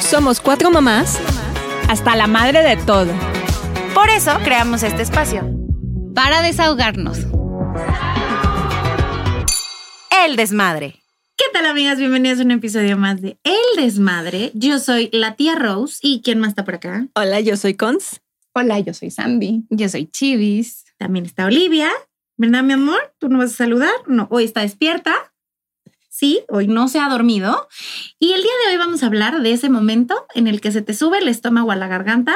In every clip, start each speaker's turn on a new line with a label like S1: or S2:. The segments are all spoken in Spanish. S1: Somos cuatro mamás
S2: hasta la madre de todo.
S3: Por eso creamos este espacio.
S4: para desahogarnos.
S3: El desmadre.
S5: ¿Qué tal, amigas? Bienvenidas a un episodio más de El Desmadre. Yo soy la tía Rose. ¿Y quién más está por acá?
S1: Hola, yo soy Cons.
S6: Hola, yo soy Sandy.
S4: Yo soy Chivis.
S5: También está Olivia. ¿Verdad, mi amor? ¿Tú no vas a saludar? No, hoy está despierta. Sí, hoy no se ha dormido. Y el día de hoy vamos a hablar de ese momento en el que se te sube el estómago a la garganta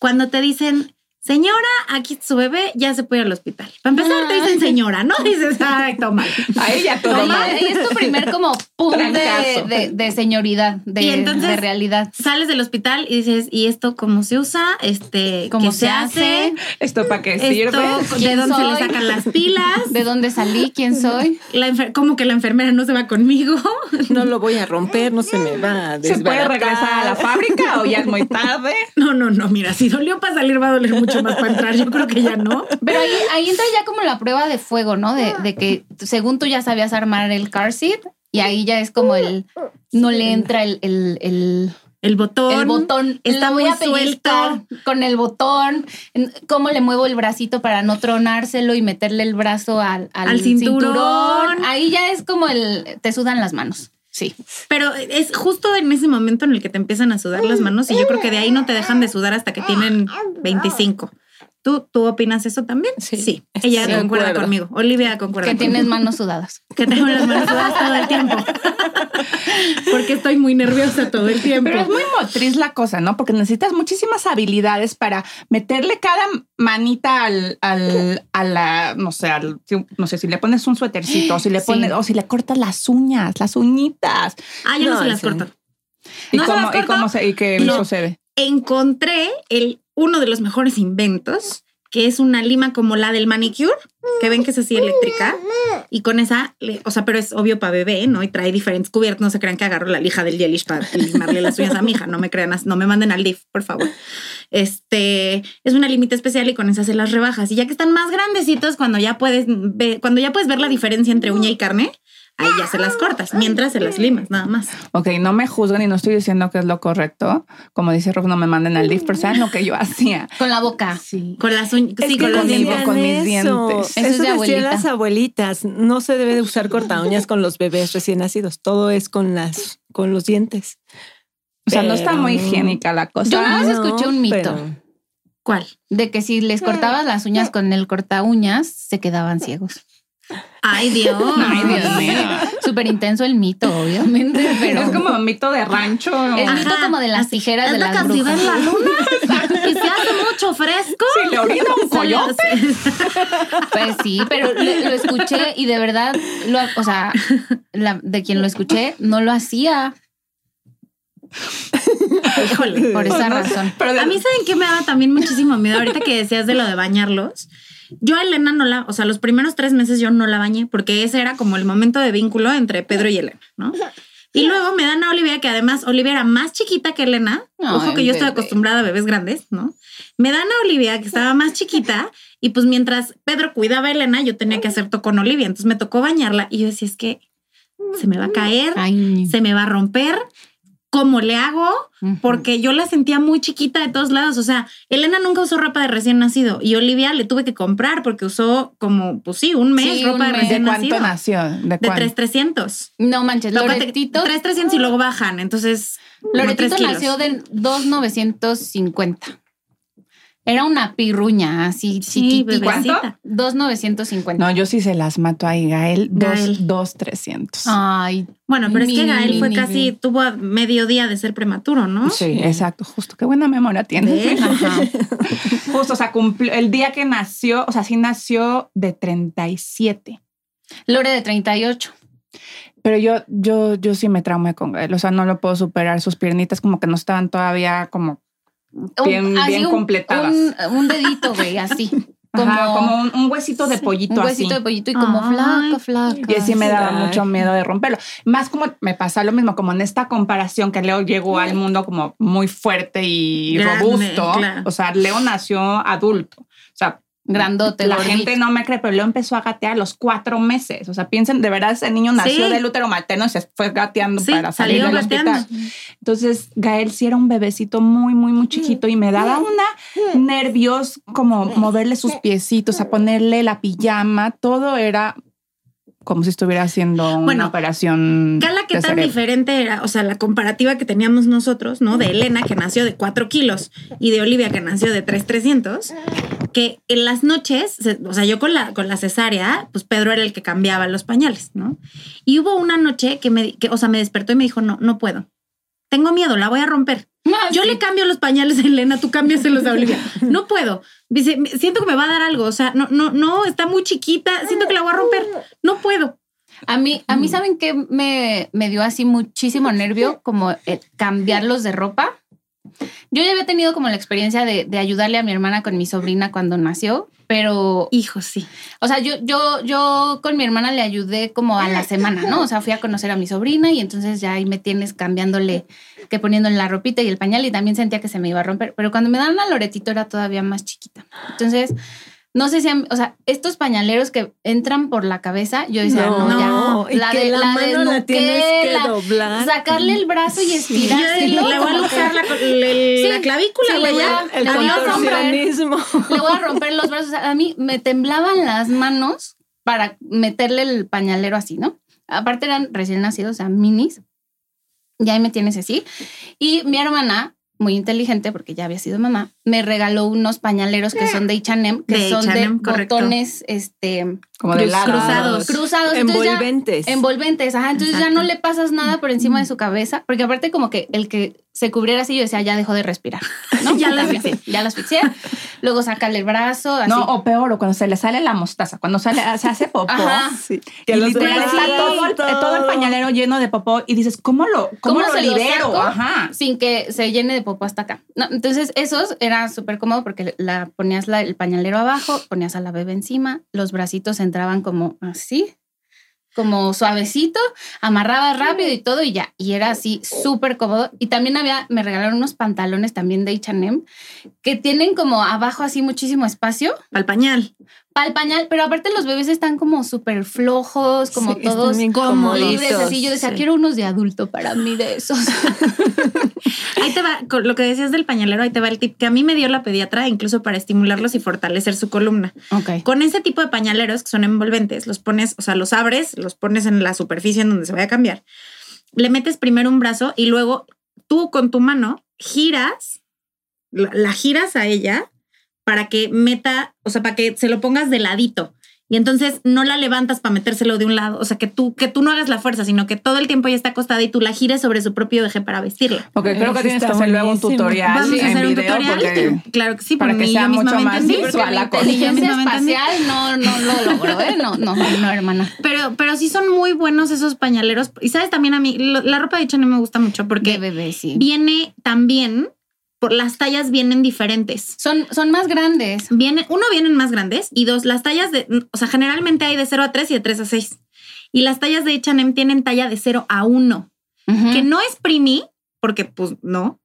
S5: cuando te dicen, señora, aquí su bebé ya se puede ir al hospital. Para empezar, te dicen señora, no dices, ay, toma.
S6: A ella
S4: Toma, Y es tu primer como pum de,
S6: Trancazo.
S4: de- de señoridad, de,
S5: Y entonces-
S4: de realidad.
S5: Sales del hospital y dices, ¿y esto cómo se usa? Este,
S4: ¿Cómo
S5: ¿Qué se hace?
S6: ¿Esto para qué
S5: Esto,
S6: sirve?
S5: de
S4: ¿Quién
S5: dónde se
S4: soy?
S5: le sacan las pilas,
S4: ¿De dónde salí? ¿Quién soy?
S5: la enfer- como que la enfermera no se va conmigo.
S1: No lo voy a romper, no se me va a
S6: ¿Se puede
S1: desbaratar.
S6: regresar a la fábrica o ya es muy tarde?
S5: No, no, no, mira, si dolió para salir va a doler mucho más para entrar, yo creo que ya no.
S4: Pero ahí, ahí entra ya como la prueba de fuego, ¿no? De, de que según tú ya sabías armar el car seat y ahí ya es como el no le entra el, el, el-
S5: El botón.
S4: el botón.
S5: está
S4: Lo voy
S5: muy
S4: a pellizcar
S5: suelto.
S4: con el botón. en- ¿Cómo le muevo el bracito para no tronárselo y meterle el brazo al, al
S5: Al cinturón.
S4: cinturón? Ahí ya es como el te sudan las manos. Sí.
S5: Pero es justo en ese momento en el que te empiezan a sudar las manos y yo creo que de ahí no te dejan de sudar hasta que tienen 25. ¿Tú, tú opinas eso también?
S1: Sí.
S5: Ella
S1: Sí,
S5: concuerda
S1: concuerdo.
S5: conmigo. Olivia concuerda
S4: Que
S5: conmigo.
S4: tienes manos sudadas.
S5: que tengo las manos sudadas todo el tiempo. Porque estoy muy nerviosa todo el tiempo.
S6: Pero es muy motriz la cosa, ¿no? Porque necesitas muchísimas habilidades para meterle cada manita al, al- a la, no sé, al- no sé, si le pones un suétercito, o si le
S4: Sí.
S6: pones, o si le cortas las uñas, las uñitas.
S5: Ah, yo no,
S1: No,
S5: se las
S1: sí.
S5: corto.
S6: ¿Y
S5: No se
S6: cómo,
S5: las
S6: y
S5: corto.
S6: cómo se- y qué
S5: No.
S6: sucede?
S5: Encontré el, uno de los mejores inventos, que es una lima como la del manicure, que ven que es así eléctrica. Y con esa, le- o sea, pero es obvio para bebé, ¿no? Y trae diferentes cubiertos. No se crean que agarro la lija del Yelish para limarle las uñas a mi hija. No me crean, as- no me manden al DIF, por favor. Este es una limita especial y con esa se las rebajas. Y ya que están más grandecitos, cuando ya puedes ver, cuando ya puedes ver la diferencia entre uña y carne, ahí ya se las cortas, mientras se las limas, nada más.
S6: Ok, no me juzguen y no estoy diciendo que es lo correcto. Como dice Rob, no me manden al lift, pero saben lo que yo hacía.
S4: Con la boca.
S6: Sí.
S5: Con las uñas,
S1: Es
S5: sí,
S1: que
S5: con los
S6: conmigo,
S5: dientes.
S1: decían
S6: con mis
S1: eso.
S6: dientes.
S1: Eso,
S4: Eso es de
S1: decían
S4: abuelita.
S1: las abuelitas. No se debe de usar corta uñas con los bebés recién nacidos. Todo es con las con los dientes.
S6: O sea, no está muy
S1: Pero-
S6: higiénica la cosa.
S4: Yo nada más
S1: No,
S4: escuché un mito
S1: pero-
S5: ¿Cuál?
S4: de que si les cortabas las uñas con el corta uñas, se quedaban ciegos.
S5: Ay, Dios.
S6: Ay, Dios mío.
S4: Súper intenso el mito, obviamente, pero
S6: es como un mito de rancho.
S4: el mito como de las tijeras de
S5: Anda
S4: las
S5: casi
S4: brujas.
S5: en la luna y se hace mucho fresco.
S6: Si le orina un
S5: Sale-
S6: coyote.
S4: Pues sí, pero lo, lo escuché y de verdad, lo, o sea, la- de quien lo escuché, no lo hacía
S5: Híjole.
S4: por esa
S6: Pues No,
S4: razón.
S6: Pero de-
S5: A mí, ¿saben qué me daba también muchísimo miedo? Ahorita que decías de lo de bañarlos. Yo a Elena no la, o sea, los primeros tres meses yo no la bañé porque ese era como el momento de vínculo entre Pedro y Elena, ¿no? Y luego me dan a Olivia, que además Olivia era más chiquita que Elena. Ojo
S4: Ay,
S5: que yo estoy
S4: bebé.
S5: acostumbrada a bebés grandes, ¿no? Me dan a Olivia, que estaba más chiquita, y pues mientras Pedro cuidaba a Elena, yo tenía que hacer todo con Olivia. Entonces me tocó bañarla y yo decía, es que se me va a caer,
S4: Ay,
S5: se me va a romper. ¿Cómo le hago?
S4: mm.
S5: porque yo la sentía muy chiquita de todos lados. O sea, Elena nunca usó ropa de recién nacido y Olivia le tuve que comprar porque usó como, pues sí, un mes
S4: Sí,
S5: ropa
S4: un
S5: de
S4: mes.
S5: recién
S6: ¿de
S5: nacido.
S6: cuánto nació? ¿De
S5: De
S6: cuánto?
S5: 3,300.
S4: no manches, Loretito,
S5: 3,300 y luego bajan. Entonces, como
S4: Ah. Loretito
S5: tres kilos.
S4: nació de 2,950. Era una pirruña así
S5: Sí,
S4: chiquitita.
S5: bebecita.
S6: ¿Cuánto?
S4: 2,950.
S6: No, yo sí se las mato ahí, Gael.
S5: Gael.
S6: Dos, dos, trescientos.
S4: Ah, Ay,
S5: Bueno, pero es que
S4: Mini,
S5: Gael fue
S4: mini,
S5: casi,
S4: mini.
S5: tuvo a medio día de ser prematuro, ¿no?
S6: Sí, exacto, justo. Qué buena memoria
S5: Ah, ¿Ves?
S6: tiene.
S4: ajá.
S6: Justo, o sea, cumplió el día que nació, o sea, sí nació de 37.
S4: Lore de 38.
S6: Pero yo, yo, yo sí me traumé con Gael. O sea, no lo puedo superar. Sus piernitas como que no estaban todavía como Bien-
S4: así
S6: bien completadas.
S4: Un, un dedito, güey, así. Como,
S6: Ajá, como un, un huesito de pollito
S4: un huesito
S6: así.
S4: de pollito y como
S5: Ay.
S4: flaca, flaca.
S6: Y así me daba
S1: Ay.
S6: mucho miedo de romperlo. Más como me pasa lo mismo, como en esta comparación que Leo llegó al mundo como muy fuerte y
S5: Grande,
S6: robusto.
S5: claro.
S6: O sea, Leo nació adulto. O sea,
S4: Grandote,
S6: la
S4: gordito.
S6: gente no me cree, pero luego empezó a gatear a los cuatro meses. O sea, piensen, de verdad, ese niño nació
S5: Sí.
S6: del útero materno y se fue gateando
S5: Sí,
S6: para salir
S5: salió
S6: del
S5: gateando.
S6: hospital. Entonces, Gael sí era un bebecito muy, muy, muy chiquito y me daba
S5: Mm.
S6: una nervios como moverle sus piecitos, a ponerle la pijama. Todo era como si estuviera haciendo una
S5: Bueno,
S6: operación.
S5: Cala, ¿qué
S6: de
S5: tan
S6: cerebro.
S5: diferente era? O sea, la comparativa que teníamos nosotros, ¿no? De Elena, que nació de 4 kilos, y de Olivia, que nació de 3,300, que en las noches, se- o sea, yo con la, con la cesárea, pues Pedro era el que cambiaba los pañales, ¿no? Y hubo una noche que me, di- que, o sea, me despertó y me dijo, no, no puedo. Tengo miedo, la voy a romper. Yo le cambio los pañales a Elena, tú cámbiaselos a Olivia. No puedo. Dice, "Me- siento que me va a dar algo. O sea, no, no, no, está muy chiquita. Siento que la voy a romper. No puedo.
S4: A mí, a mí ¿saben qué me, me dio así muchísimo nervio? Como el cambiarlos de ropa. Yo ya había tenido como la experiencia de, de ayudarle a mi hermana con mi sobrina cuando nació, pero,
S5: Hijo, sí.
S4: o sea, yo, yo, yo con mi hermana le ayudé como a la semana, ¿no? O sea, fui a conocer a mi sobrina y entonces ya ahí me tienes cambiándole, que poniéndole la ropita y el pañal y también sentía que se me iba a romper, pero cuando me dan a Loretito era todavía más chiquita. Entonces, no sé si, han- o sea, estos pañaleros que entran por la cabeza, yo decía, no,
S1: No,
S4: ya,
S1: y que la mano la
S4: desnuqué,
S1: tienes que
S4: la-
S1: doblar.
S4: Sacarle el brazo y
S5: Yo
S4: estirárselo.
S5: le voy a
S4: como
S5: lujar
S4: que-
S5: la, el-
S4: Sí,
S5: la clavícula,
S4: sí,
S5: güey.
S4: le voy
S5: ya.
S4: a- le voy a
S5: Adiós, hombre.
S4: romper.
S1: Transformismo.
S4: le voy a romper los brazos. A mí me temblaban las manos para meterle el pañalero así, ¿no? Aparte eran recién nacidos, o sea, minis. Y ahí me tienes así. Y mi hermana, muy inteligente porque ya había sido mamá, me regaló unos pañaleros que son de H&M, que
S5: De
S4: son
S5: H&M,
S4: de
S5: correcto.
S4: botones este,
S6: Como de lado.
S5: Cruzados.
S4: cruzados. Entonces ya-
S1: Envolventes.
S4: envolventes, ajá, entonces
S5: Exacto.
S4: ya no le pasas nada por encima de su cabeza, porque aparte como que el que se cubriera así, yo decía, ya dejó de respirar, ¿no?
S5: Ya la
S4: También, ya la asfixié, luego sácale el brazo, así.
S6: No, o peor, o cuando se le sale la mostaza, cuando sale, se hace popó.
S4: Ajá.
S1: Ah, Sí.
S6: Y
S1: Que los
S6: literal
S1: demás-
S6: está todo el, eh, todo el pañalero lleno de popó y dices, ¿cómo lo, cómo
S4: ¿Cómo
S6: lo
S4: se lo
S6: libero?
S4: saco?
S6: Ajá.
S4: sin que se llene de popó hasta acá. No, entonces esos era súper cómodo porque la ponías la- el pañalero abajo, ponías a la bebé encima, los bracitos entraban como así, como suavecito, amarrabas rápido y todo y ya. Y era así súper cómodo. Y también había, me regalaron unos pantalones también de H&M que tienen como abajo así muchísimo espacio
S5: Al pañal.
S4: para el pañal, pero aparte los bebés están como súper flojos, como
S1: Sí, están
S4: todos
S1: bien
S4: libres.
S1: comoditos,
S4: Así yo decía,
S1: sí.
S4: quiero unos de adulto para mí de esos.
S5: Ahí te va, con lo que decías del pañalero, ahí te va el tip que a mí me dio la pediatra, incluso para estimularlos y fortalecer su columna.
S4: Ok.
S5: Con ese tipo de pañaleros que son envolventes, los pones, o sea, los abres, los pones en la superficie en donde se vaya a cambiar. Le metes primero un brazo y luego tú con tu mano giras, la, la giras a ella para que meta, o sea, para que se lo pongas de ladito. Y entonces no la levantas para metérselo de un lado, o sea, que tú, que tú no hagas la fuerza, sino que todo el tiempo ella está acostada y tú la gires sobre su propio eje para vestirla.
S6: Porque creo que
S1: Eso
S6: tienes que
S1: está
S6: hacer luego un
S1: buenísimo.
S6: tutorial
S5: Vamos
S6: en
S5: a hacer un
S6: video
S5: tutorial.
S6: porque-
S5: Claro que sí,
S6: para
S5: porque
S6: que
S5: yo
S6: sea
S5: misma
S6: mucho
S5: me
S6: más
S5: entendí.
S6: visual
S5: porque
S6: la
S5: mi
S6: cosa.
S5: inteligencia
S4: inteligencia
S5: entendí.
S4: espacial no, no lo logro, ¿eh? No, no, no, hermana.
S5: Pero, pero sí son muy buenos esos pañaleros. Y sabes también a mí, lo- la ropa de no me gusta mucho
S4: De
S5: porque
S4: bebé, sí.
S5: viene también, por las tallas vienen diferentes.
S4: Son, son más grandes.
S5: Viene, uno, vienen más grandes y dos, las tallas de, o sea, generalmente hay de 0 a 3 y de 3 a 6. Y las tallas de H&M tienen talla de 0 a 1, que
S4: Que-
S5: no es primi, porque pues no,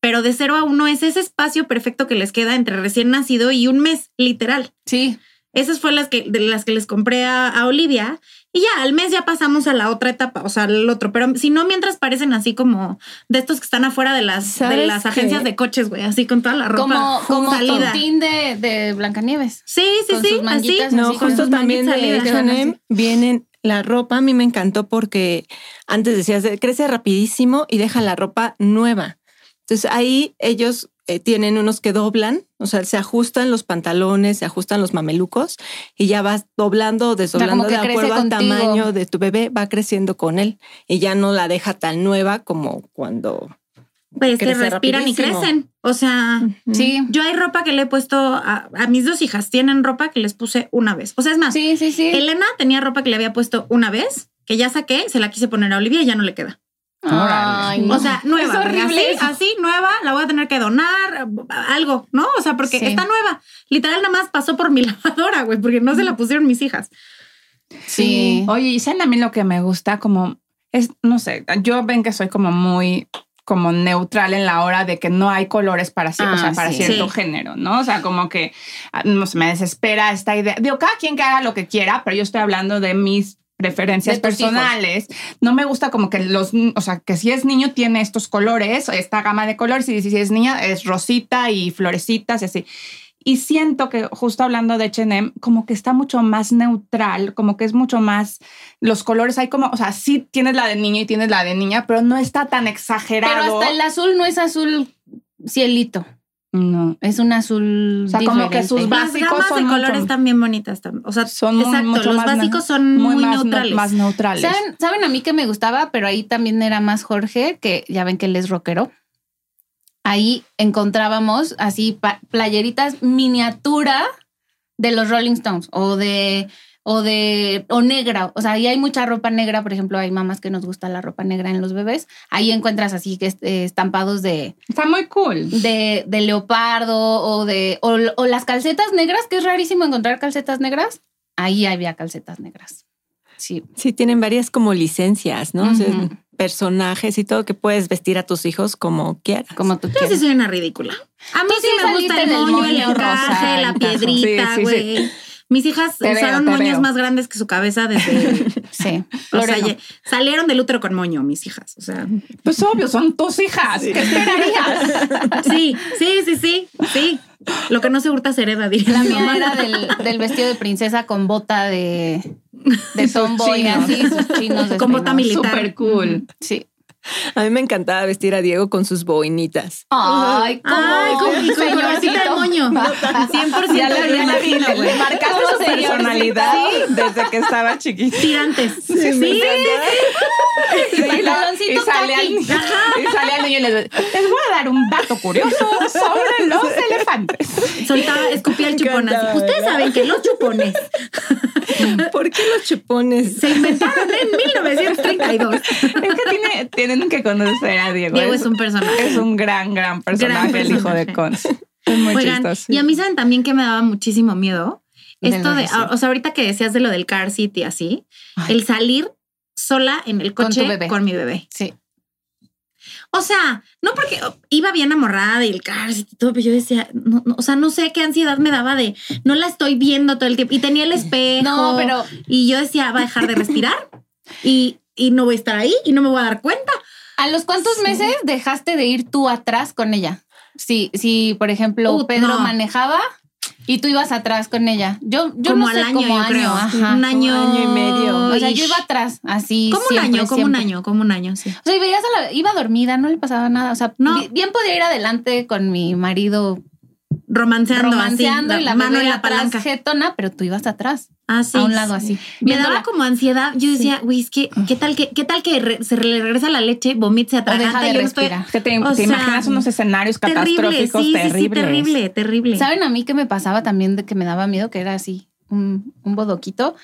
S5: pero de 0 a 1 es ese espacio perfecto que les queda entre recién nacido y un mes, literal.
S4: Sí.
S5: Esas fue las que, de las que les compré a, a Olivia. Y ya al mes ya pasamos a la otra etapa, o sea, al otro. Pero si no, mientras parecen así como de estos que están afuera de las, de
S1: ¿Sabes
S5: las agencias
S1: qué?
S5: de coches, güey, así con toda la ropa
S4: Como, como
S5: salida.
S4: tontín de, de Blancanieves.
S5: Sí, sí,
S4: con
S5: sí,
S4: sus
S5: así.
S4: manguitas,
S1: No,
S4: así con
S1: justo
S5: sus
S1: también de
S5: manguitas salidas.
S1: H&M vienen la ropa. A mí me encantó porque antes decías, eh, crece rapidísimo y deja la ropa nueva. Entonces ahí ellos eh, tienen unos que doblan, o sea, se ajustan los pantalones, se ajustan los mamelucos y ya vas doblando o desdoblando
S4: como que
S1: de
S4: crece
S1: acuerdo al
S4: contigo.
S1: tamaño de tu bebé, va creciendo con él y ya no la deja tan nueva como cuando...
S5: Pues es que
S1: Crece
S5: respiran y
S1: rapidísimo.
S5: crecen. O sea,
S6: Mm.
S4: Sí.
S5: yo hay ropa que le he puesto a, a mis dos hijas, tienen ropa que les puse una vez. O sea, es más,
S4: Sí, sí, sí.
S5: Elena tenía ropa que le había puesto una vez, que ya saqué, se la quise poner a Olivia y ya no le queda.
S4: Ay, no.
S5: O sea, nueva.
S4: Es
S5: güey,
S4: horrible
S5: Así,
S4: eso.
S5: así, nueva, la voy a tener que donar, algo, ¿no? O sea, porque
S4: Sí.
S5: está nueva. Literal, nada más pasó por mi lavadora, güey, porque no se la pusieron mis hijas.
S4: sí.
S6: Oye, y saben a mí lo que me gusta como es, no sé, yo ven que soy como muy como neutral en la hora de que no hay colores para, cier- o
S4: Ah,
S6: sea, para
S4: sí.
S6: cierto
S5: Sí.
S6: género, ¿no? O sea, como que ah, no se me desespera esta idea. Digo, cada quien que haga lo que quiera, pero yo estoy hablando de mis preferencias
S4: De tus hijos.
S6: personales. No me gusta como que los, ni- o sea, que si es niño tiene estos colores, esta gama de colores, y si es niña es rosita y florecitas y así. Y siento que justo hablando de H&M, como que está mucho más neutral, como que es mucho más, los colores hay como, o sea, sí tienes la de niño y tienes la de niña, pero no está tan exagerado.
S4: Pero hasta el azul no es azul cielito,
S6: No.
S4: es un azul.
S6: O sea, como que sus
S4: diferente.
S6: va-
S5: Las
S6: básicos
S5: gamas
S6: son
S5: de
S6: mucho-
S5: colores están bien bonitas. tam- O sea,
S6: Son mu-
S5: exacto,
S6: mucho
S5: los
S6: más
S5: básicos
S6: ne-
S5: son muy,
S6: más, ne-
S5: neutrales.
S6: más neutrales.
S4: ¿Saben, ¿Saben a mí que me gustaba? Pero ahí también era más Jorge, que ya ven que él es rockero. Ahí encontrábamos así pa- playeritas miniatura de los Rolling Stones o de o de o negra, o sea, ahí hay mucha ropa negra, por ejemplo, hay mamás que nos gusta la ropa negra en los bebés. Ahí encuentras así que este, estampados de
S6: Está muy cool.
S4: de, de leopardo o de o, o las calcetas negras, que es rarísimo encontrar calcetas negras. Ahí había calcetas negras. Sí.
S1: Sí, tienen varias como licencias, ¿no? O sea,
S4: Ujú.
S1: personajes y todo que puedes vestir a tus hijos como quieras.
S4: Como tú
S5: Yo sí
S4: quieras.
S5: soy una ridícula. A mí
S4: Tú
S5: sí
S4: sí
S5: me gusta
S4: saliste
S5: el
S4: del
S5: moño, el
S4: moño rosa,
S5: encaje, la
S4: el tajo.
S5: piedrita,
S6: Sí, sí, sí.
S5: güey. Mis hijas
S6: Te veo,
S5: usaron
S6: te
S5: moños
S6: veo.
S5: más grandes que su cabeza desde...
S4: Sí.
S5: o sea,
S4: Lorena.
S5: ye- salieron del útero con moño, mis hijas. O sea,
S6: Pues obvio, son tus hijas. ¿Qué esperarías?
S5: sí, sí, sí, sí, sí. Lo que no se hurta se hereda, diría
S4: La
S5: mi
S4: mía
S5: mamá.
S4: era del, del vestido de princesa con bota de, de tomboy,
S6: chinos.
S4: así, sus chinos.
S5: Con bota
S4: despeinados.
S5: militar.
S6: Súper cool.
S4: Sí.
S1: A mí me encantaba vestir a Diego con sus boinitas.
S4: Ay, cómo.
S5: Ay, con, y con colorcita de moño. 100% me
S6: Ya le, ya le,
S5: imagino, güey.
S6: le marcaste su personalidad desde que estaba chiquita.
S5: Tirantes. Sí,
S6: Sí,
S4: El
S6: la-
S4: pantaloncito
S6: y sale al-
S4: khaki.
S6: y sale al niño y les, les voy a dar un dato curioso sobre los elefantes.
S5: Soltaba, escupía el
S1: Me
S5: chupón así.
S1: encantaba,
S5: Ustedes saben que los chupones
S1: ¿Por qué los chupones?
S5: se inventaron en 1932.
S6: Es que tiene- tienen que conocer a Diego.
S5: Diego es un personaje.
S6: es un gran, gran personaje, el hijo de
S5: personaje.
S6: Cons. Es muy
S5: Oigan,
S6: chistoso.
S5: y a mí saben también que me daba muchísimo miedo
S6: Del
S5: esto de,
S6: car seat.
S5: o sea, ahorita que decías de lo del car seat y así,
S6: Ay.
S5: el salir sola en el
S4: Con tu
S5: coche con,
S4: bebé.
S5: mi bebé.
S4: Sí.
S5: O sea, no porque oh, iba bien amorrada y el car seat y todo, pero yo decía, no, no, o sea, no sé qué ansiedad me daba de no la estoy viendo todo el tiempo y tenía el espejo.
S4: No, pero
S5: y yo decía, va a dejar de respirar y, y no voy a estar ahí y no me voy a dar cuenta.
S4: ¿a los cuántos meses dejaste de ir tú atrás con ella? Si, si por ejemplo,
S5: Uh,
S4: Pedro
S5: no.
S4: manejaba y tú ibas atrás con ella. Yo, yo
S5: como
S4: no
S5: al
S4: sé,
S5: año,
S4: como
S5: yo
S4: año,
S5: creo.
S4: ajá.
S5: un año,
S1: año y medio.
S4: O sea, yo
S5: ish.
S4: iba atrás, así.
S5: como un
S4: siempre,
S5: año, como un
S4: siempre.
S5: año, como un año, sí.
S4: O sea, y veías a la- iba dormida, no le pasaba nada. O sea,
S5: No.
S4: bi- bien podía ir adelante con mi marido
S5: romanceando,
S4: romanceando
S5: así,
S4: y la
S5: mano
S4: bebé
S5: en la
S4: atrás,
S5: palanca.
S4: jetona, pero tú ibas atrás,
S5: Así.
S4: a un lado así.
S5: Me
S4: viéndola.
S5: daba como ansiedad. Yo decía, güey, es que, ¿qué tal que, qué tal que re- se le regresa la leche, vomite, se
S4: o deja
S5: atraganta
S4: de
S5: y yo no estoy.
S4: respirar.
S6: Es que te,
S5: o
S6: te
S5: sea,
S6: imaginas unos escenarios
S5: Terrible,
S6: catastróficos
S5: sí, sí, sí,
S6: terribles.
S5: terrible, terrible.
S4: ¿Saben a mí que me pasaba también de que me daba miedo? Que era así, un, un bodoquito.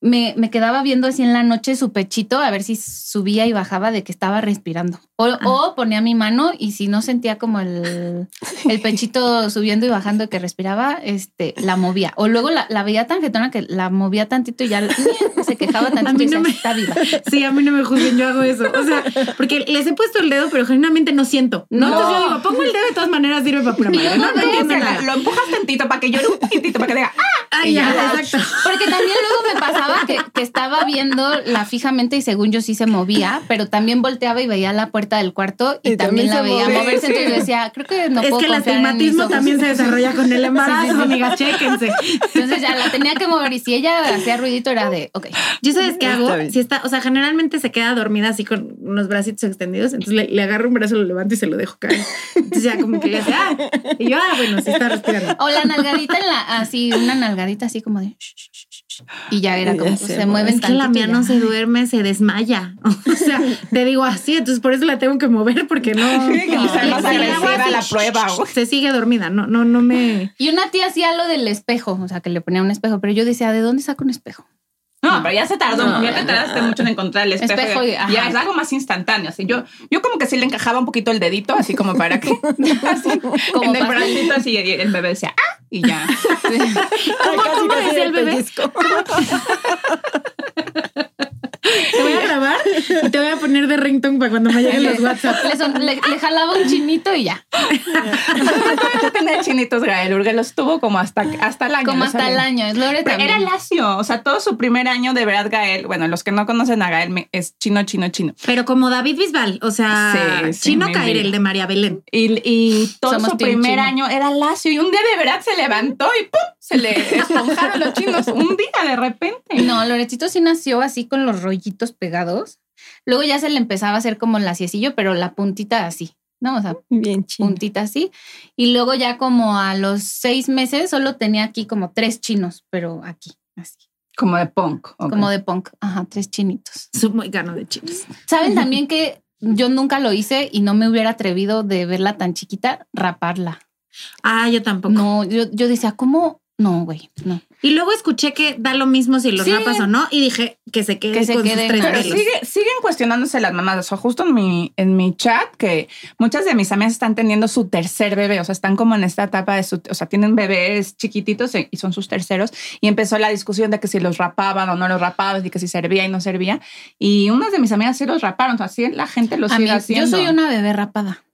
S4: Me, me quedaba viendo así en la noche su pechito a ver si subía y bajaba de que estaba respirando. O,
S5: Ah.
S4: o ponía mi mano y si no sentía como el, el pechito subiendo y bajando que respiraba, este, la movía. O luego la, la veía tan jetona que la movía tantito y ya se quejaba tantito.
S5: A mí
S4: y
S5: no
S4: decía,
S5: me-
S4: "Está viva.
S5: Sí, a mí no me juzguen, yo hago eso. O sea, porque les he puesto el dedo, pero genuinamente no siento. No,
S4: No.
S5: Entonces yo digo, pongo el dedo de todas maneras, sirve para pura madre. No, no
S6: O
S5: entiendo
S6: sea,
S5: nada.
S6: Lo empujas tantito para que llore un poquitito, para que diga, ¡ah!
S5: Ay,
S6: Y ya.
S5: ya, exacto.
S4: Porque también luego me pasaba que, que estaba viendo la fijamente y según yo sí se movía, pero también volteaba y veía la puerta del cuarto y,
S1: Y también
S4: también, la
S1: se
S4: veía
S1: movía.
S4: moverse. Entonces yo decía, creo que no
S5: es
S4: puedo
S5: que el
S4: confiar en mis
S5: astigmatismo
S4: ojos.
S5: también se desarrolla con el embarazo, amigas, chéquense.
S4: Entonces ya la tenía que mover y si ella hacía ruidito era de, ok.
S5: Yo sabes qué hago,
S1: Está bien.
S5: si está, o sea, generalmente se queda dormida así con unos bracitos extendidos, entonces le, le agarro un brazo, lo levanto y se lo dejo caer. Entonces ya como que le hace, ah, y yo, ah, bueno, sí está respirando.
S4: O la nalgadita en la, así, una nalgadita así como de... shh, shh, shh, shh. Y ya era
S1: Y ya
S4: como,
S1: se
S4: se
S1: mueve.
S4: mueven
S5: Es que la
S4: tantito y
S5: mía no
S4: ya.
S5: se duerme, se desmaya. O sea, te digo así, entonces por eso la tengo que mover porque no.
S6: Tiene que ser
S5: Le-
S6: más
S5: le hago
S6: agresiva
S5: así,
S6: la prueba. güey.
S5: Se sigue dormida, no, no, no me.
S4: Y una tía hacía lo del espejo, o sea, que le ponía un espejo, pero yo decía, ¿de dónde saco un espejo?
S6: No, pero ya se tardó,
S1: No,
S6: ya
S1: ya
S6: te tardaste mucho en encontrar el espejo.
S4: Espejo y-
S6: ya,
S4: ajá.
S6: es algo más instantáneo. Así yo, yo como que sí le encajaba un poquito el dedito, así como para que así,
S4: Como
S6: en el
S4: para-
S6: bracito así y el bebé decía ah y ya.
S1: Casi,
S5: cómo
S1: casi
S5: decía
S1: del
S5: el bebé?
S1: pellizco.
S5: Te voy a grabar y te voy a poner de ringtone para cuando me lleguen los WhatsApp.
S4: Le, son- le- le jalaba un chinito y ya,
S6: Yo tenía chinitos Gael Urge los tuvo como hasta, hasta el año.
S4: como
S6: no
S4: hasta
S6: sabía.
S4: el año. Es Lore
S6: Pero
S4: también.
S6: Era lacio, o sea, todo su primer año de verdad Gael, bueno, los que no conocen a Gael me- es chino, chino, chino.
S5: Pero como David Bisbal, o sea,
S6: Sí, sí,
S5: Chino
S6: mi
S5: Caer,
S6: vida.
S5: el de María Belén.
S6: Y, y todo
S4: Somos
S6: su
S4: team
S6: primer
S4: chino.
S6: año era lacio y un día de verdad se levantó y ¡pum! se le esponjaron los chinos un día de repente.
S4: No, Loretito sí nació así con los rollitos pegados. Luego ya se le empezaba a hacer como laciesillo, pero la puntita así, ¿no? O sea,
S1: Bien chido.
S4: puntita así. Y luego ya como a los seis meses solo tenía aquí como tres chinos, pero aquí, así,
S6: Como de punk. ok.
S4: como de punk. Ajá, tres chinitos.
S5: Soy muy gano de chinos.
S4: ¿Saben también que yo nunca lo hice y no me hubiera atrevido de verla tan chiquita, raparla?
S5: Ah, yo tampoco.
S4: No, yo, yo decía, ¿cómo? No, güey, no.
S5: Y luego escuché que da lo mismo si los
S4: Sí.
S5: rapas o no y dije que se quede
S4: Que se
S5: con sus
S4: queden
S5: tres
S4: con-
S6: Pero
S5: pelos.
S6: sigue- siguen cuestionándose las mamás. O sea, justo en mi, en mi chat, que muchas de mis amigas están teniendo su tercer bebé. O sea, están como en esta etapa de su. O sea, tienen bebés chiquititos e- y son sus terceros. Y empezó la discusión de que si los rapaban o no los rapaban y que si servía y no servía. Y unas de mis amigas sí los raparon. O sea, sí la gente los
S4: A
S6: sigue
S4: mí, yo
S6: haciendo.
S4: soy una bebé rapada.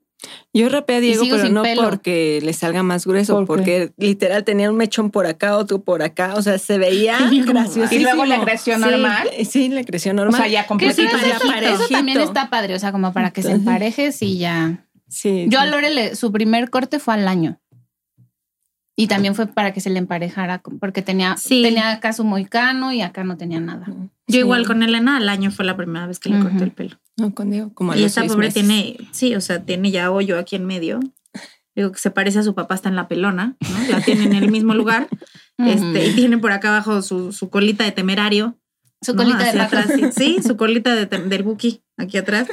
S1: Yo rapé a Diego,
S4: sigo
S1: pero
S4: sin
S1: no
S4: pelo.
S1: porque le salga más grueso,
S6: ¿Por
S1: porque literal tenía un mechón por acá, otro por acá. O sea, se veía
S5: Tenía como-
S1: graciosísimo.
S6: Y luego la agresión
S1: Sí,
S6: normal.
S1: Sí, la creció
S6: O
S1: normal.
S6: sea, ya
S5: Pues
S4: Que eso,
S1: Completito.
S6: completita.
S1: es-
S4: eso-
S1: Para
S4: eso también
S1: parejito.
S4: está padre, o sea, como para que se
S1: Entonces-
S4: emparejes y ya.
S1: sí,
S4: Yo a
S1: sí.
S4: Lore le- su primer corte fue al año. Y también fue para que se le emparejara, con- porque tenía,
S5: Sí.
S4: tenía acá su moicano y acá no tenía nada.
S5: Yo
S1: Sí.
S5: igual con Elena al año fue la primera vez que le corté
S4: Ujú.
S5: el pelo.
S1: No, con Diego, como a
S5: Y
S1: los
S5: esta
S1: seis
S5: pobre
S1: meses.
S5: tiene, sí, o sea, tiene ya hoyo aquí en medio. Digo que se parece a su papá, está en la pelona, ¿no? La tiene en el mismo lugar. este, y
S4: Ujú.
S5: tiene por acá abajo su, su colita de temerario.
S4: su
S5: ¿no?
S4: colita de
S5: Hacia
S4: rato.
S5: atrás, sí, sí, su colita de tem- del buki aquí atrás.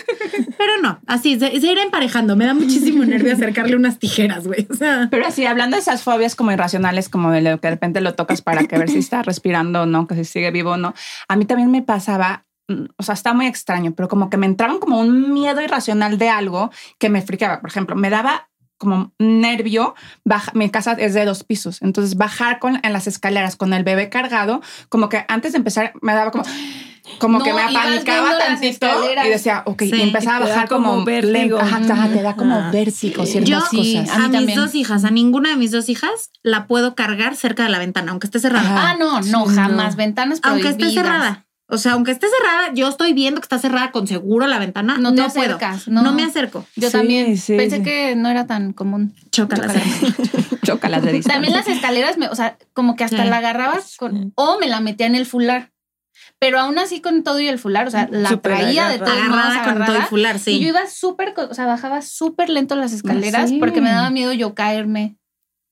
S5: Pero no, así, se, se irá emparejando. Me da muchísimo nervio acercarle unas tijeras, güey. O sea,
S6: Pero así, hablando de esas fobias como irracionales, como de lo que de repente lo tocas para que ver si está respirando o no, que si sigue vivo o no, a mí también me pasaba, mm, o sea, está muy extraño, pero como que me entraban como un miedo irracional de algo que me friqueaba. Por ejemplo, me daba como nervio, baja, mi casa es de dos pisos, entonces bajar con, en las escaleras con el bebé cargado, como que antes de empezar me daba como... Como
S4: No,
S6: que me
S4: ibas
S6: apanicaba
S4: viendo las
S6: tantito
S4: escaleras.
S6: y decía, ok,
S5: Sí,
S6: y empezaba a
S1: te da
S6: bajar
S1: como
S6: como,
S1: vértigo.
S6: lento. Ajá, ajá, te da como
S1: Ah,
S6: vértigo
S1: sí.
S6: ciertas
S5: Yo-
S4: Sí,
S6: cosas.
S4: a mí
S5: a, mis
S4: también.
S5: dos hijas, a ninguna de mis dos hijas la puedo cargar cerca de la ventana, aunque esté cerrada.
S6: Ajá.
S4: Ah, no, no,
S1: Sí,
S4: jamás.
S1: no.
S4: Ventanas
S5: aunque esté
S4: prohibidas.
S5: cerrada. O sea, aunque esté cerrada, yo estoy viendo que está cerrada con seguro la ventana. No,
S4: No te
S5: puedo.
S4: acercas.
S5: No.
S4: No,
S5: me acerco.
S4: Yo
S6: Sí,
S4: también
S6: sí,
S4: pensé
S6: sí.
S4: que no era tan común.
S5: Choca las
S4: Chócalas.
S5: armas.
S6: Chócalas de distancia.
S4: También las escaleras, me, o sea, como que hasta
S5: pues, Sí.
S4: la agarrabas con, o me la metía en el fular. Pero aún así con todo y el fular, o sea, la
S1: Súper
S4: traía de todos modos
S5: Agarrada con todo el
S4: agarrada.
S5: fular, sí.
S4: Y yo iba súper, co- o sea, bajaba súper lento las escaleras
S6: Sí.
S4: porque me daba miedo yo caerme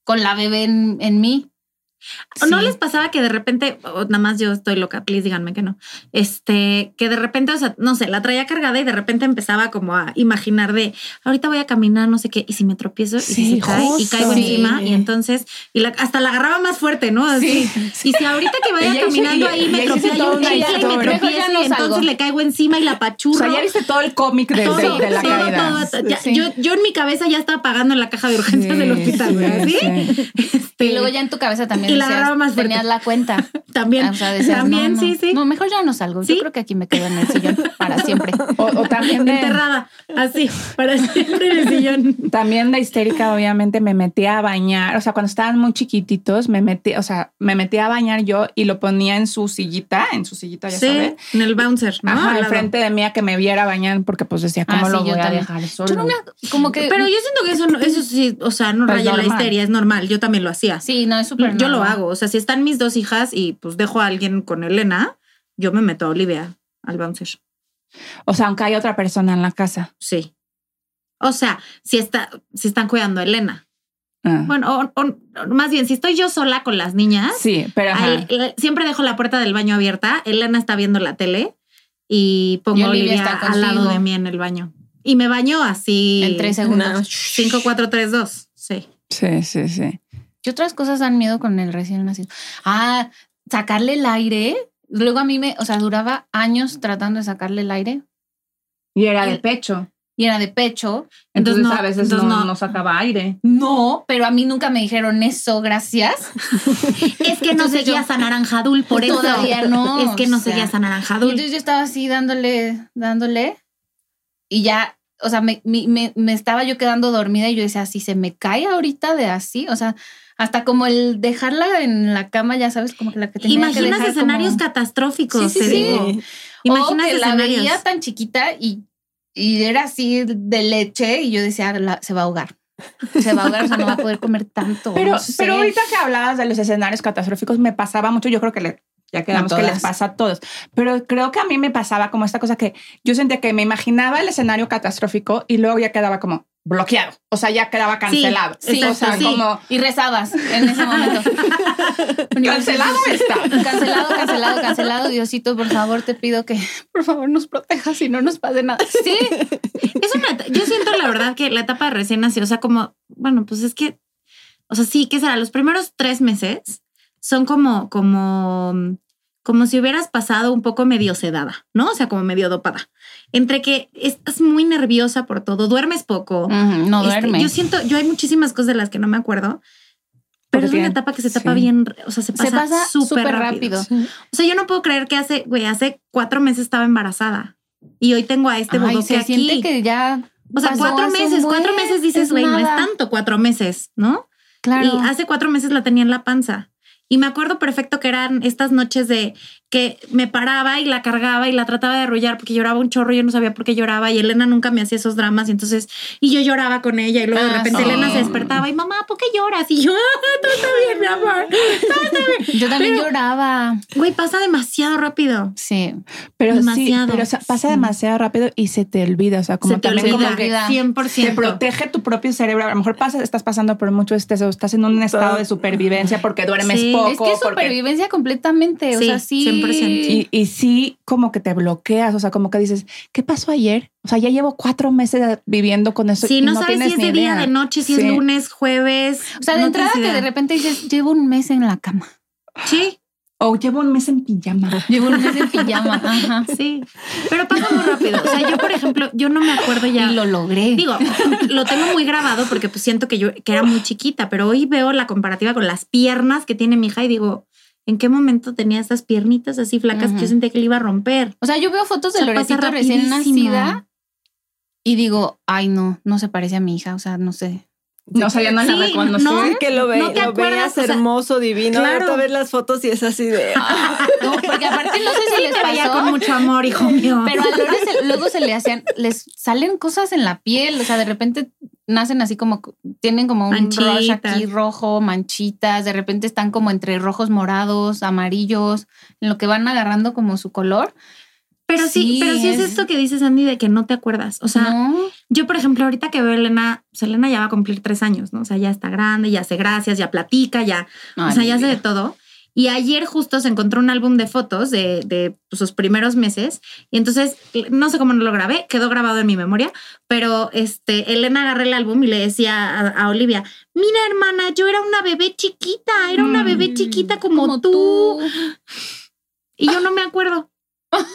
S4: con la bebé en, en mí.
S5: ¿O ¿No
S4: Sí.
S5: les pasaba que de repente, o nada más yo estoy loca, please díganme que no, este, que de repente, o sea, no sé, la traía cargada y de repente empezaba como a imaginar de, ahorita voy a caminar, no sé qué, y si me tropiezo, y si
S6: Sí,
S5: se cae, y
S6: justo.
S5: caigo
S4: Sí.
S5: encima, y entonces, y la- hasta la agarraba más fuerte, ¿no? Así. Y si ahorita que vaya
S6: Ella hizo-
S5: caminando
S6: y-
S5: ahí me
S6: y hizo
S5: tropiezo, y
S6: toda
S5: un
S6: una
S5: chicle, y me
S6: historia.
S5: tropiezo,
S4: Mejor ya no
S5: y entonces
S4: salgo.
S5: le caigo encima y la
S6: O
S5: apachurro.
S6: sea, ya viste todo el cómic de,
S5: todo,
S6: de- de la
S5: todo,
S6: caída.
S5: todo, todo. Ya-
S4: Sí.
S5: yo, yo en mi cabeza ya estaba pagando en la caja de urgencias
S6: Sí,
S5: del hospital,
S6: sí,
S5: güey, así.
S6: sí.
S5: Este,
S4: Y luego ya en tu cabeza también
S5: Y la
S4: decías,
S5: agarraba más fuerte.
S4: tenías la cuenta. Ah,
S5: también,
S6: ah,
S4: O sea, decías,
S5: también,
S4: no, no.
S5: sí, sí.
S4: No, mejor ya no salgo.
S5: Sí.
S4: Yo creo que aquí me quedo en el sillón para siempre.
S6: O, o también de,
S5: enterrada, así, para siempre en el sillón.
S6: también de histérica, obviamente, me metía a bañar. O sea, cuando estaban muy chiquititos, me metí, o sea, me metía a bañar yo y lo ponía en su sillita, en su sillita, ya sabes.
S5: en el bouncer, ¿no? Al
S6: Ajá,
S5: lado.
S6: enfrente de mí a que me viera bañar, porque pues decía,
S4: Ah,
S6: ¿cómo
S4: sí,
S6: lo
S4: yo
S6: voy a
S4: también.
S6: dejar solo?
S4: Yo no me, como que...
S5: Pero yo siento que eso, no- eso sí, o sea, no
S6: Pues
S5: raya la
S6: normal.
S5: histeria, es normal, yo también lo hacía.
S4: sí, no, es
S5: yo
S4: súper
S5: lo
S4: normal.
S5: hago, o sea, si están mis dos hijas y pues dejo a alguien con Elena, yo me meto a Olivia al bouncer,
S6: O sea, aunque hay otra persona en la casa.
S5: sí. O sea, si, está, si están cuidando a Elena.
S6: Ah.
S5: Bueno, o- o- más bien, si estoy yo sola con las niñas,
S6: sí, pero ajá.
S5: Al- la- siempre dejo la puerta del baño abierta. Elena está viendo la tele y pongo
S4: Y
S5: a
S4: Olivia
S5: Olivia,
S4: está
S5: al lado
S4: contigo.
S5: de mí en el baño. Y me baño así.
S4: En tres segundos.
S5: 5, 4, 3, 2. Sí.
S6: Sí, sí, sí.
S4: ¿Qué otras cosas dan miedo con el recién nacido? Ah, sacarle el aire. Luego a mí me, o sea, duraba años tratando de sacarle el aire.
S6: Y era de pecho.
S4: y era de pecho.
S5: Entonces
S6: Entonces,
S5: no,
S6: a veces
S5: entonces
S6: no,
S5: no.
S6: no sacaba aire.
S4: No, pero a mí nunca me dijeron eso, gracias.
S5: Es que no
S4: Entonces
S5: seguías
S4: yo-
S5: a Naranjadul, por eso.
S4: Todavía no,
S5: Es que no
S4: o sea.
S5: seguías a
S4: Y
S5: Naranjadul.
S4: entonces yo estaba así dándole, dándole, y ya, o sea, me, me- me- me estaba yo quedando dormida y yo decía, si se me cae ahorita de así, o sea, hasta como el dejarla en la cama, ya sabes, como que la que tenía que
S5: Imaginas
S4: dejar
S5: escenarios
S4: como-
S5: catastróficos,
S4: Sí,
S5: te
S4: sí, sí.
S5: digo.
S4: o
S5: Imaginas
S4: que la
S5: escenarios.
S4: veía tan chiquita y, y era así de leche y yo decía, "Ah, "La- se va a ahogar. Se va a ahogar, o sea, no va a poder comer tanto.
S6: Pero,
S4: no sé.
S6: pero ahorita que hablabas de los escenarios catastróficos, me pasaba mucho. Yo creo que le- ya quedamos
S4: A
S6: que les
S4: todas.
S6: pasa a todos. Pero creo que a mí me pasaba como esta cosa que yo sentía que me imaginaba el escenario catastrófico y luego ya quedaba como bloqueado. O sea, ya quedaba cancelado.
S5: Sí,
S6: o sea,
S5: exacto, sí.
S6: como
S4: Y rezabas en ese momento.
S6: cancelado está.
S4: Cancelado, cancelado, cancelado. Diosito, por favor, te pido que por favor nos protejas y no nos pase nada. Sí,
S5: Es una et- yo siento la verdad que la etapa de recién nacido, o sea, como, bueno, pues es que, o sea, sí, ¿qué será? Los primeros tres meses son como, como, como si hubieras pasado un poco medio sedada, ¿no? O sea, como medio dopada. Entre que estás muy nerviosa por todo, duermes poco.
S4: no
S5: Este, yo siento, yo hay muchísimas cosas de las que no me acuerdo, pero
S6: Porque
S5: es una
S6: tienen-
S5: etapa que se tapa
S6: sí.
S5: bien, o sea, se
S4: Se
S5: pasa
S4: pasa
S5: súper
S4: súper
S5: rápido.
S4: rápido.
S5: O sea, yo no puedo creer que hace, güey, hace cuatro meses estaba embarazada y hoy tengo a este
S4: Ay,
S5: bodoque
S4: se
S5: aquí.
S4: siente que ya.
S5: O sea,
S4: pasó
S5: cuatro
S4: hace un
S5: meses, cuatro
S4: buen,
S5: meses dices,
S4: es
S5: güey, no es
S4: nada".
S5: tanto cuatro meses, ¿no?
S4: Claro.
S5: Y hace cuatro meses la tenía en la panza. Y me acuerdo perfecto que eran estas noches de que me paraba y la cargaba y la trataba de arrullar porque lloraba un chorro, yo no sabía por qué lloraba y Elena nunca me hacía esos dramas y entonces, y yo lloraba con ella y luego de
S4: Ah,
S5: repente
S4: sí.
S5: Elena se despertaba y mamá, ¿por qué lloras? Y yo, "Ah, todo está bien, mi amor.
S4: yo también lloraba.
S5: Güey, pasa demasiado rápido.
S4: Sí.
S6: Pero
S5: Demasiado.
S6: sí, pero o sea, pasa
S5: Sí.
S6: demasiado rápido y se te olvida. O sea, como
S5: se te
S6: también
S5: olvida,
S6: como que
S5: 100%.
S6: te protege tu propio cerebro. A lo mejor pasas, estás pasando por mucho estrés o estás en un estado de supervivencia porque duermes
S5: Sí, es
S6: poco.
S4: Es que es
S6: porque
S4: supervivencia completamente. O
S5: Sí,
S4: sea, sí.
S5: 100%.
S6: Y, y sí, como que te bloqueas, o sea, como que dices, ¿qué pasó ayer? O sea, ya llevo cuatro meses viviendo con eso.
S5: Sí,
S6: y
S5: no, sabes si
S6: tienes
S5: es de
S6: ni
S5: día,
S6: idea.
S5: de noche, si es
S6: Sí.
S5: lunes, jueves.
S4: O sea, de
S5: no
S4: entrada
S5: tienes
S4: que
S5: idea.
S4: de repente dices, llevo un mes en la cama.
S5: Sí,
S6: O llevo un mes en pijama.
S4: Llevo un mes en pijama. Ajá.
S5: sí. Pero pasa muy rápido. O sea, yo, por ejemplo, yo no me acuerdo ya.
S4: Y lo logré.
S5: Digo, lo tengo muy grabado porque pues siento que yo que era muy chiquita, pero hoy veo la comparativa con las piernas que tiene mi hija y digo, ¿en qué momento tenía estas piernitas así flacas que yo
S4: Ujú.
S5: sentía que le iba a romper?
S4: O sea, yo veo fotos
S5: O
S4: de
S5: sea, pasa
S4: Loretito recién
S5: rapidísimo.
S4: nacida y digo, ay, no, no se parece a mi hija. O sea, no sé.
S6: No, o sea, ya no
S5: Sí,
S6: la reconocí.
S5: no,
S1: Sí, que lo, ve,
S5: ¿No te
S1: lo
S5: acuerdas?
S1: veas
S5: O sea,
S1: hermoso, divino.
S5: claro.
S1: Y ahorita ves las fotos y es así de. "Ah,
S4: No, porque aparte no sé si les
S5: Te veía
S4: pasó.
S5: con mucho amor, hijo mío.
S4: Pero a Lore se- luego se le hacían, les salen cosas en la piel, o sea, de repente nacen así como, tienen como un rush
S5: Manchitas.
S4: aquí rojo, manchitas, de repente están como entre rojos, morados, amarillos, en lo que van agarrando como su color.
S5: Pero sí,
S4: Sí,
S5: pero sí es,
S4: es-
S5: esto que dices, Andy, de que no te acuerdas. O sea,
S4: no,
S5: yo, por ejemplo, ahorita que veo a Elena, pues Elena ya va a cumplir tres años, ¿no? O sea, ya está grande, ya hace gracias, ya platica, ya, o
S4: Ay,
S5: sea, ya
S4: mi
S5: hace de
S4: vida.
S5: todo. Y ayer justo se encontró un álbum de fotos de, de pues, sus primeros meses. Y entonces, no sé cómo no lo grabé, quedó grabado en mi memoria, pero este, Elena agarré el álbum y le decía a, a Olivia, mira hermana, yo era una bebé chiquita, era una bebé chiquita Mm, como, tú y yo no me acuerdo.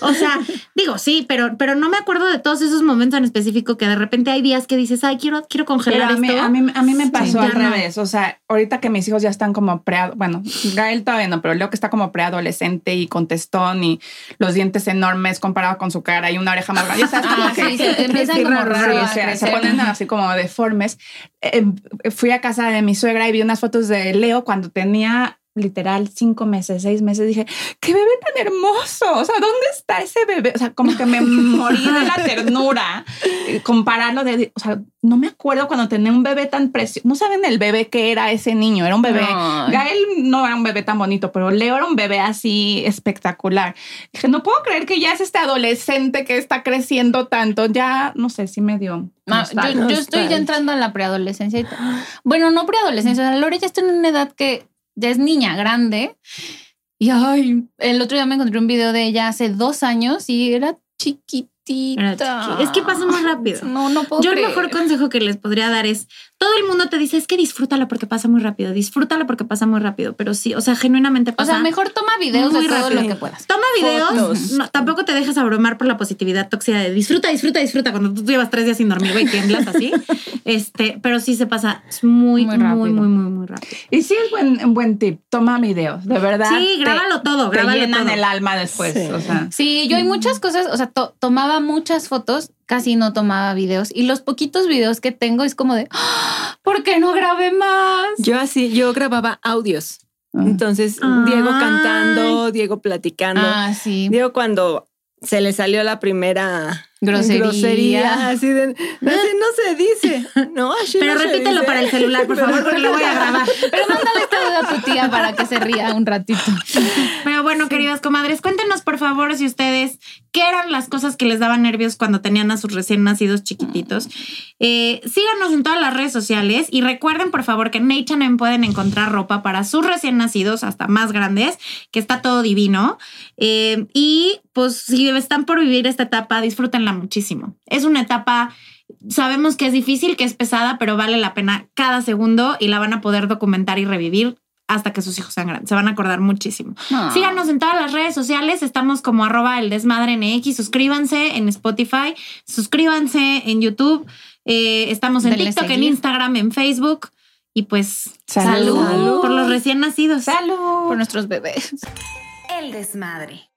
S5: O sea, digo, sí, pero, pero no me acuerdo de todos esos momentos en específico que de repente hay días que dices, ay, quiero, quiero
S6: Pero
S5: congelar
S6: a mí,
S5: esto.
S6: a, mí, a mí me pasó al
S5: ya no.
S6: revés. O sea, ahorita que mis hijos ya están como pre... Bueno, Gael todavía no, pero Leo que está como preadolescente y contestón y los dientes enormes comparado con su cara y una oreja más grande. Ya sabes, como
S4: Ah,
S6: que-
S4: sí, se te empiezan
S6: Sí,
S4: como
S6: raro,
S4: raro
S6: sí,
S4: a
S6: o sea, se
S4: crecer.
S6: ponen así como deformes. Eh, eh, fui a casa de mi suegra y vi unas fotos de Leo cuando tenía literal cinco meses, seis meses. Dije, qué bebé tan hermoso. O sea, ¿dónde está ese bebé? O sea, como que me morí de la ternura. Eh, Compararlo de, o sea, no me acuerdo cuando tenía un bebé tan precioso. No saben el bebé que era ese niño. Era un bebé
S4: Ay.
S6: Gael no era un bebé tan bonito, pero Leo era un bebé así espectacular. Dije, no puedo creer que ya es este adolescente que está creciendo tanto. Ya, no sé, sí me dio.
S4: Ma-
S6: nostalgia.
S4: yo, yo estoy ya entrando en la preadolescencia. y t- Bueno, no preadolescencia. o sea, Lore ya está en una edad que ya es niña grande. Y ay, el otro día me encontré un video de ella hace dos años y era chiquitita.
S5: Era chiqui- Es que pasa muy rápido.
S4: No, no puedo
S5: Yo el
S4: creer.
S5: mejor consejo que les podría dar es Todo el mundo te dice, es que disfrútalo porque pasa muy rápido, disfrútalo porque pasa muy rápido, pero sí, o sea, genuinamente
S4: O
S5: pasa.
S4: sea, mejor toma videos
S5: Muy
S4: de todo
S5: rápido.
S4: lo que puedas.
S5: Toma videos,
S1: Fotos.
S5: no, tampoco te dejes abrumar por la positividad tóxica de disfruta, disfruta, disfruta, cuando tú llevas tres días sin dormir, güey, tiemblas así. este, pero sí se pasa es muy, muy,
S4: Muy rápido.
S5: muy, muy, muy, rápido.
S6: Y sí es buen, un buen tip. Toma videos, de verdad.
S5: Sí,
S6: te-
S5: grábalo todo,
S6: Te,
S5: grábalo
S6: llenan
S5: todo.
S6: el alma después.
S1: Sí.
S6: O sea,
S4: Sí, yo hay muchas cosas, o sea, to- tomaba muchas fotos, casi no tomaba videos. Y los poquitos videos que tengo es como de, "Ah, ¿por qué no grabé más?
S1: Yo así, yo grababa audios.
S6: Ah.
S1: Entonces, Diego
S5: Ay.
S1: cantando, Diego platicando.
S4: Ah, sí.
S1: Diego cuando se le salió la primera
S4: Grosería.
S1: así de, no, sé, no se dice. No, así
S5: Pero
S1: no se
S5: repítelo
S1: dice.
S5: para el celular, por favor, porque lo voy a grabar.
S4: Pero mándale este video a tu tía para que se ría un ratito.
S5: Pero bueno, queridas comadres, cuéntenos por favor si ustedes, ¿qué eran las cosas que les daban nervios cuando tenían a sus recién nacidos chiquititos? Eh, síganos en todas las redes sociales y recuerden por favor que en H&M pueden encontrar ropa para sus recién nacidos, hasta más grandes, que está todo divino. Eh, y pues si están por vivir esta etapa, disfrútenla muchísimo. Es una etapa... Sabemos que es difícil, que es pesada, pero vale la pena cada segundo y la van a poder documentar y revivir hasta que sus hijos sean grandes. Se van a acordar muchísimo.
S4: Ah.
S5: Síganos en todas las redes sociales. Estamos como arroba el desmadre NX. Suscríbanse en Spotify, suscríbanse en YouTube. eh, estamos en
S4: Denle
S5: TikTok, en
S4: seguir.
S5: Instagram, en Facebook. Y pues,
S6: Salud.
S5: salud, por los recién nacidos.
S4: Por nuestros bebés.
S3: El desmadre.